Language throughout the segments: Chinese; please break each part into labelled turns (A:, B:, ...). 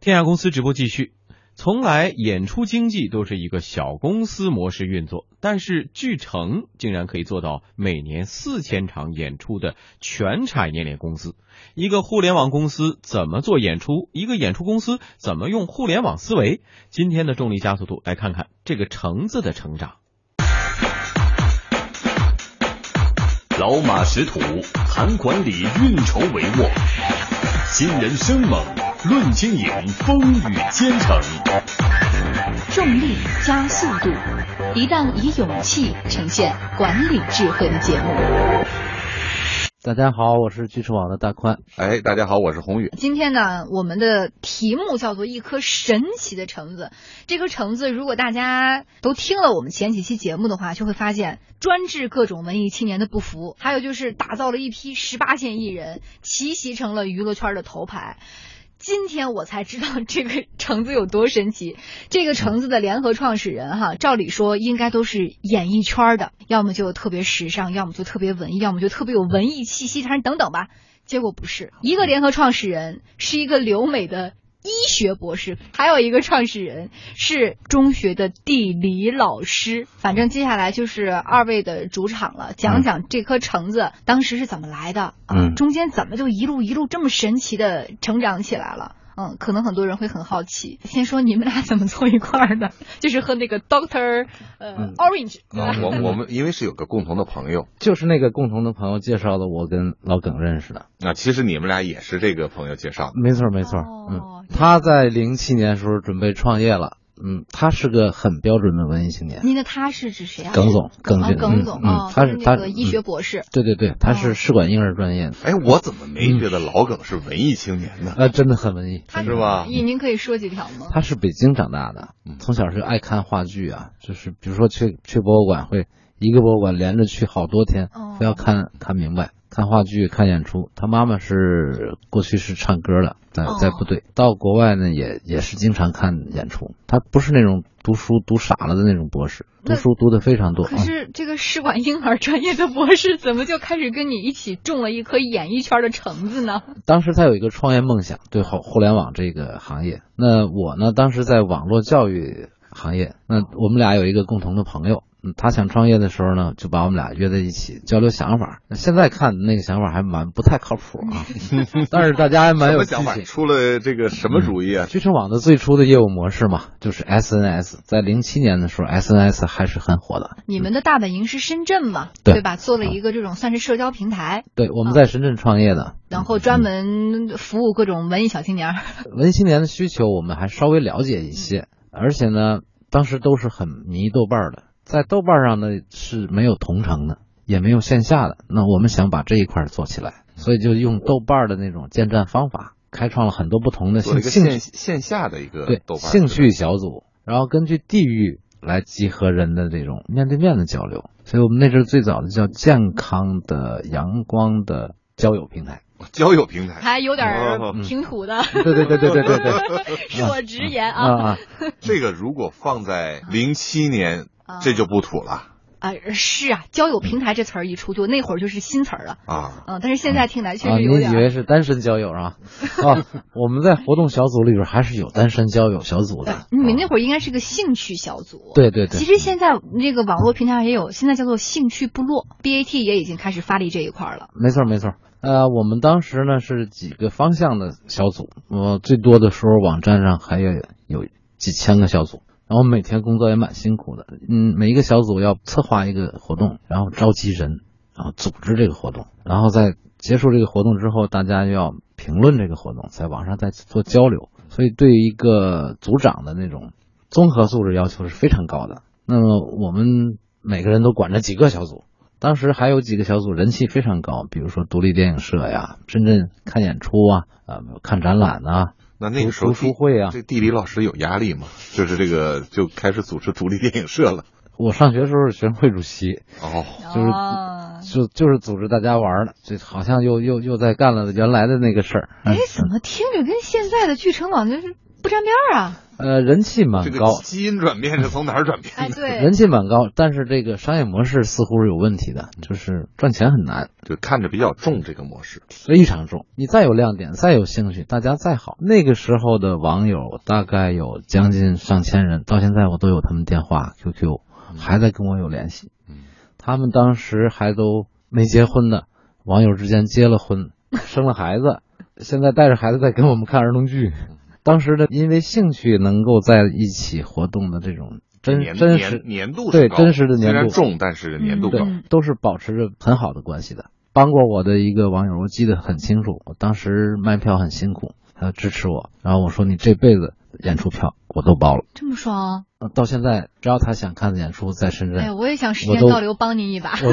A: 天下公司直播继续。从来演出经济都是一个小公司模式运作，但是聚成竟然可以做到每年四千场演出的全产业链公司。一个互联网公司怎么做演出？一个演出公司怎么用互联网思维？今天的重力加速度来看看这个“橙”字的成长。
B: 老马识途，谈管理，运筹帷幄；新人生猛，论经营，风雨兼程。
C: 重力加速度，一档以勇气呈现管理智慧的节目。
D: 大家好，我是聚成网的大宽。
E: 哎，大家好，我是宏宇。
C: 今天呢，我们的题目叫做“一颗神奇的橙子”。这颗橙子，如果大家都听了我们前几期节目的话，就会发现专治各种文艺青年的不服，还有就是打造了一批十八线艺人，奇袭成了娱乐圈的头牌。今天我才知道这个橙子有多神奇。这个橙子的联合创始人哈，照理说应该都是演艺圈的，要么就特别时尚，要么就特别文艺，要么就特别有文艺气息，反正等等吧。结果不是，一个联合创始人是一个留美的医学博士，还有一个创始人是中学的地理老师。反正接下来就是二位的主场了，讲讲这颗橙子当时是怎么来的，啊，
D: 嗯
C: 中间怎么就一路一路这么神奇的成长起来了。嗯，可能很多人会很好奇，先说你们俩怎么坐一块儿的？就是和那个 Doctor 呃、
D: 嗯
C: Orange 对吧
E: 啊，我我们因为是有个共同的朋友，
D: 就是那个共同的朋友介绍的，我跟老耿认识的。
E: 啊，其实你们俩也是这个朋友介绍的。
D: 没错，没错。嗯，
C: 哦
D: 他在零七年时候准备创业了。嗯，他是个很标准的文艺青年。
C: 您的他是指谁啊？
D: 耿总，耿
C: 啊
D: 军，
C: 耿
D: 嗯
C: 总
D: 嗯
C: 嗯哦，
D: 他
C: 就是是那
D: 他
C: 个医学博士
D: 嗯对对对，他
C: 哦
D: 是试管婴儿专业的，
E: 哎，我怎么没觉得老耿是文艺青年呢？
D: 呃，真的很文艺，
C: 他
E: 是吧？
C: 咦，您可以说几条吗？
D: 他是北京长大的，从小就爱看话剧啊，就是比如说去去博物馆会一个博物馆连着去好多天
C: 哦，
D: 非要看看明白，看话剧看演出。他妈妈是过去是唱歌的，在
C: 哦
D: 在部队，到国外呢也也是经常看演出。他不是那种读书读傻了的那种博士，
C: 那
D: 读书读的非常多。
C: 可
D: 嗯
C: 是这个试管婴儿专业的博士，怎么就开始跟你一起种了一颗演艺圈的橙子呢？
D: 当时他有一个创业梦想，对互互联网这个行业。那我呢，当时在网络教育行业，那我们俩有一个共同的朋友，嗯，他想创业的时候呢，就把我们俩约在一起交流想法。那现在看那个想法还蛮不太靠谱啊， 但是大家还蛮
E: 什
D: 有
E: 么
D: 激
E: 想法？
D: 情。
E: 出了这个什么主意啊？
D: 聚成网的最初的业务模式嘛，就是 SNS。在零七年的时候，SNS 还是很火的。
C: 你们的大本营是深圳嘛，
D: 对嗯
C: 对吧？做了一个这种算是社交平台，
D: 对，我们在深圳创业的，
C: 然后专门服务各种文艺小青年儿。
D: 文艺青年的需求我们还稍微了解一
E: 嗯
D: 些，而且呢，当时都是很迷豆瓣儿的，在豆瓣上呢是没有同城的，也没有线下的。那我们想把这一块儿做起
E: 嗯
D: 来，所以就用豆瓣儿的那种建站方法，开创了很多不同的
E: 做了
D: 兴
E: 一个
D: 兴
E: 线
D: 趣
E: 线下的一个
D: 对
E: 豆瓣
D: 嗯兴趣小组，然后根据地域来集合人的这种面对面的交流。所以我们那阵儿最早的叫健康的阳光的交友平 台。
E: 交友平台，
C: 还有点儿
E: 嗯
C: 平土 的，
D: 对对对对对对对。
C: 恕我直言
D: 啊
C: 啊
D: 啊！
E: 这个如果放在零七年
D: 嗯
C: 啊，
E: 这就不土了
C: 啊，是啊，交友平台这词儿一出，就那会儿就是新词儿了。
E: 啊！
C: 嗯，但是现在听来确
D: 啊，
C: 实
D: 你
C: 有
D: 以
C: 点
D: 为
C: 儿。
D: 是单身交友 啊？哦，我们在活动小组里边还是有单身交友小组的。
C: 嗯你们
D: 啊
C: 那会儿应该是个兴趣小组。。
D: 对对对，
C: 其实现在那个网络平台上也有，现在叫做兴趣部落，BAT 也已经开始发力这一块儿了。
D: 没错没错。呃，我们当时呢是几个方向的小组，我最多的时候网站上还有有几千个小组，然后每天工作也蛮辛苦的。嗯，每一个小组要策划一个活动，然后召集人，然后组织这个活动，然后在结束这个活动之后，大家要评论这个活动，在网上再做交流。所以对一个组长的那种综合素质要求是非常高的。那么我们每个人都管着几个小组，当时还有几个小组人气非常高，比如说独立电影社呀、深圳看演出啊、啊、看展览啊，
E: 那那个时
D: 读
E: 候
D: 书会啊
E: 这地理老师有压力吗？就是这个就开始组织独立电影社了。
D: 我上学时候是学生会主席，
E: 哦，
D: 就是嗯
C: 啊，
D: 就就是组织大家玩儿的，这好像又又又在
C: 哎
D: 干了原来的那个事儿。
C: 哎，怎么听着跟现在的聚成网就是不沾边儿啊？
D: 呃，人气蛮
E: 这个
D: 高，
E: 基因转变是从哪儿转变
C: 哎，
E: 的？
C: 对
D: 人，气蛮高，但是这个商业模式似乎是有问题的，就是赚钱很难，
E: 就看着比较重这个模式，
D: 非常重。你再有亮点，再有兴趣，大家再好，那个时候的网友大概有将近上千人，到现在我都有他们电话、QQ，还
E: 嗯
D: 在跟我有联系。他们当时还都没结婚呢，网友之间结了 婚，生了孩子，现在带着孩子在给我们看儿童剧。
E: 嗯
D: 当时的因为兴趣能够在一起活动的这种真
E: 年
D: 真实
E: 年年度是
D: 对
E: 高
D: 真实的
E: 虽
D: 年
E: 然
D: 度
E: 重，但是年度
C: 不
E: 高
D: 对。
C: 嗯，
D: 都是保持着很好的关系的。帮过我的一个网友，我记得很清楚，我当时卖票很辛苦，他支持我，然后我说你这辈子演出票我都包了。
C: 这么爽，
D: 呃到现在，只要他想看的演出在深
C: 哎，
D: 圳，
C: 我也想时
D: 我
C: 间
D: 都啊
C: 倒流帮您一把。
D: 我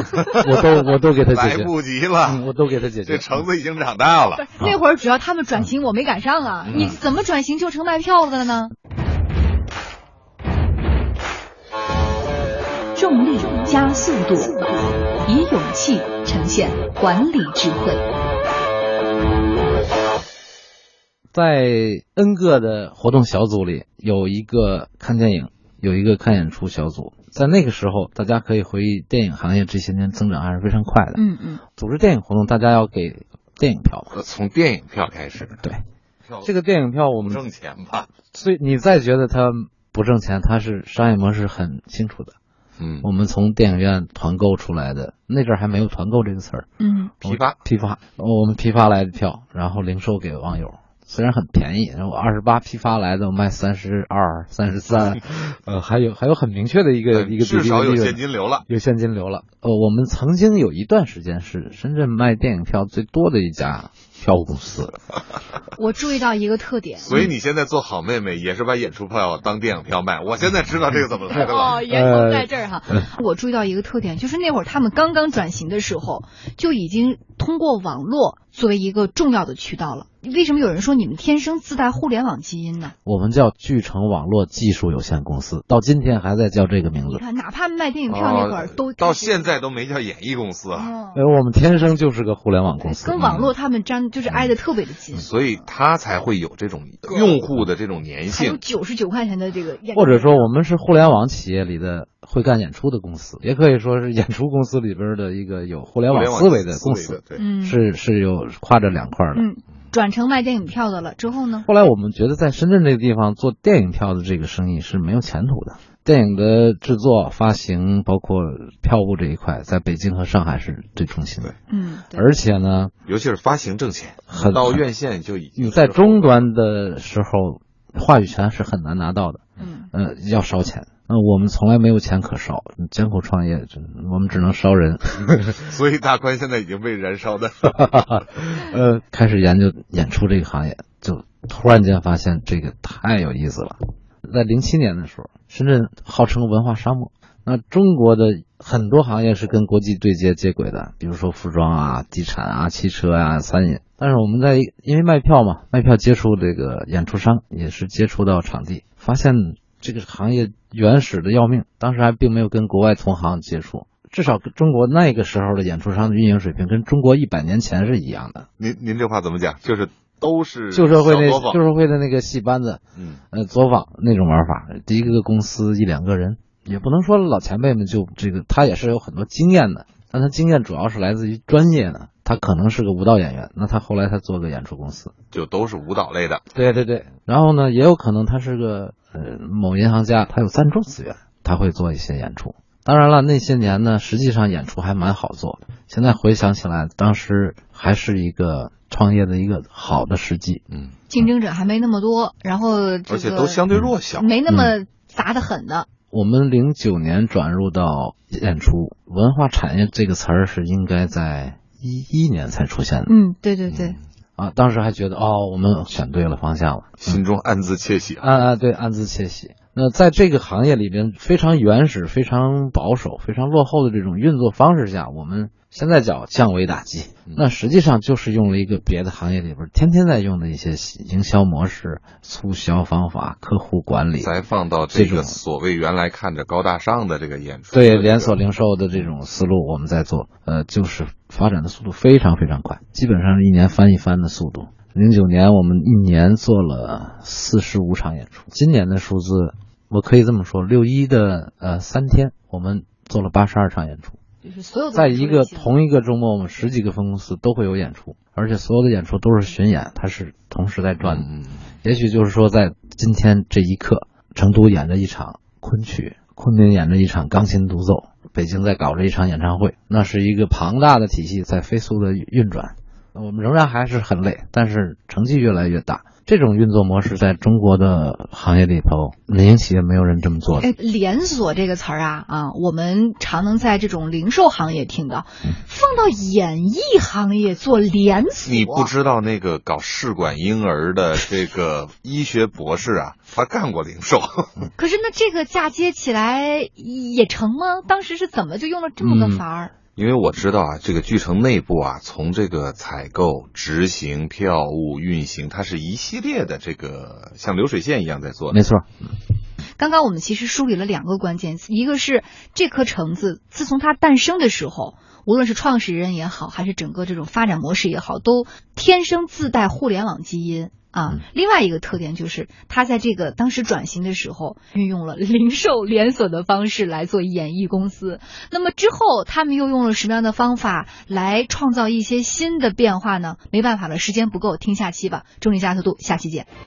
D: 我都我都给他解
E: 来
D: 决，
E: 不及
D: 嗯
E: 了，
D: 我都给他解
E: 这
D: 决。
E: 橙子已经长大了。
C: 那会儿主要他们转型，我没赶上啊。
D: 嗯
C: 你怎么转型就成卖票的了呢？
F: 重力加速度，以勇气呈现管理智慧。
D: 在 N 个的活动小组里，有一个看电影，有一个看演出小组。在那个时候，大家可以回忆电影行业这些年增长还是非常快的。
C: 嗯嗯，
D: 组织电影活动，大家要给电影票嘛。
E: 呃从电影票开始，
D: 对，
E: 票
D: 这个电影票我
E: 不
D: 们
E: 挣钱吧？
D: 所以你再觉得它不挣钱，它是商业模式很清楚的。
E: 嗯，
D: 我们从电影院团购出来的，那阵儿还没有团购这个词儿，
C: 嗯，
E: 批发
D: 批发，我们批发来的票，然后零售给网友，虽然很便宜，然后二十八批发来的，我卖三十二、三十 三，呃，还有还有很明确的一个
E: 呃
D: 一个比
E: 至
D: 例
E: 少
D: 的
E: 有
D: 利
E: 现
D: 润。
E: 金流了。
D: 有现金流了。呃，我们曾经有一段时间是深圳卖电影票最多的一家票务公司，
C: 我注意到一个 特点。
E: 所以你现在做好妹妹也是把演出票当电影票卖。我现在知道这个怎么来的了。
C: 哦，源头在这儿哈。 我注意到一个特点，就是那会儿他们刚刚转型的时候，就已经通过网络作为一个重要的渠道了。为什么有人说你们天生自带互联网基因呢？
D: 我们叫聚成网络技术有限公司，到今天还在叫这个名
C: 你
D: 字。
C: 看，哪怕卖电影票那会儿
E: 哦
C: 都
E: 到现在都没叫演艺公司啊，
C: 哦
D: 呃，我们天生就是个互联网公司，
C: 跟网络他们粘就是挨得特别的
D: 嗯
C: 近，
E: 所以他才会有这种用户的这种粘
C: 还有
E: 性。
C: 九十九块钱的这个
E: 嗯
C: 演，
D: 嗯或者说我们是互联网企业里的会干演出的公司，也可以说是演出公司里边的一个有互联
E: 互
D: 网
E: 联网
D: 思维的
E: 思
D: 公
E: 维的
D: 司，
E: 对，
C: 嗯
D: 是是有跨着两块的。
C: 嗯，转成卖电影票的了之后呢？
D: 后来我们觉得在深圳这个地方做电影票的这个生意是没有前途的，电影的制作、发行，包括票务这一块，在北京和上海是最中心的，
C: 嗯，对
D: 而且呢，
E: 尤其是发行挣钱，
D: 很
E: 到院线就已经
D: 你
E: 是
D: 在终端的时候，话语权是很难拿到的，
C: 嗯
D: 呃，要烧钱。那、我们从来没有钱可烧，艰苦创业，只我们只能烧人。
E: 所以大宽现在已经被燃 烧的，
D: 呃，开始研究演出这个行业，就突然间发现这个太有意思了。在零七年的时候，深圳号称文化沙漠，那中国的很多行业是跟国际对接接轨的，比如说服装啊、地产啊、汽车啊、餐饮。但是我们在因为卖票嘛，卖票接触这个演出商，也是接触到场地，发现这个行业原始的要命。当时还并没有跟国外同行接触，至少跟中国那个时候的演出商的运营水平跟中国一百年前是一样的。
E: 您您这话怎么讲？就是都是
D: 旧社会那
E: 小作坊
D: 旧社会的那个戏班子，
E: 嗯，
D: 呃，作坊那种玩法，第一个公司一两个人，也不能说老前辈们就这个，他也是有很多经验的，但他经验主要是来自于专业的，他可能是个舞蹈演员，那他后来他做个演出公司，
E: 就都是舞蹈类的，
D: 对对对，然后呢，也有可能他是个呃某银行家，他有赞助资源，他会做一些演出。当然了，那些年呢，实际上演出还蛮好做的。现在回想起来，当时还是一个创业的一个好的时机。
E: 嗯，
C: 竞争者还没那么多，然后这
E: 而且
C: 个
E: 都相对弱
D: 嗯
E: 小。
C: 没那么砸得狠的，
D: 我们零九年转入到演出，文化产业这个词儿是应该在一一年才出现的、
C: 嗯，对对对，
D: 啊。当时还觉得哦，我们选对了方向了，
E: 心中暗自窃喜啊！
D: 啊啊，对，暗自窃喜。那在这个行业里边，非常原始、非常保守、非常落后的这种运作方式下，我们现在叫降维打击，那实际上就是用了一个别的行业里边天天在用的一些营销模式、促销方法、客户管理，
E: 再放到这
D: 嗯这
E: 个
D: 种
E: 所谓原来看着高大上的这个演出，
D: 对连锁，零售的这种思路，我们在做，呃，就是发展的速度非常非常快，基本上是一年翻一番的速度。零九年我们一年做了四十五场演出，今年的数字我可以这么说，六一的呃三天我们做了八十二场演出，
C: 就是所有的
D: 在一个
C: 节目
D: 同一个周末，我们十几个分公司都会有演出，而且所有的演出都是巡演，它是同时在转的。
E: 嗯，
D: 也许就是说，在今天这一刻，成都演着一场昆曲，昆明演着一场钢琴独奏，北京在搞着一场演唱会，那是一个庞大的体系在飞速的运转。我们仍然还是很累，但是成绩越来越大。这种运作模式在中国的行业里头，民营企业没有人这么做的。
C: 哎，连锁这个词儿啊啊，我们常能在这种零售行业听到，放到演艺行业做连锁，
E: 你不知道那个搞试管婴儿的这个医学博士啊，他干过零售。
C: 可是那这个嫁接起来也成吗？当时是怎么就用了这么个法儿？
E: 因为我知道啊，这个巨城内部啊，从这个采购、执行、票务、运行，它是一系列的这个像流水线一样在做的。
D: 没错，
C: 刚刚我们其实梳理了两个关键词，一个是这颗橙子自从它诞生的时候，无论是创始人也好，还是整个这种发展模式也好，都天生自带互联网基因。啊
D: 嗯，
C: 另外一个特点就是，它在这个当时转型的时候，运用了零售连锁的方式来做演艺公司。那么之后，他们又用了什么样的方法来创造一些新的变化呢？没办法了，时间不够，听下期吧。中立加速度，下期见。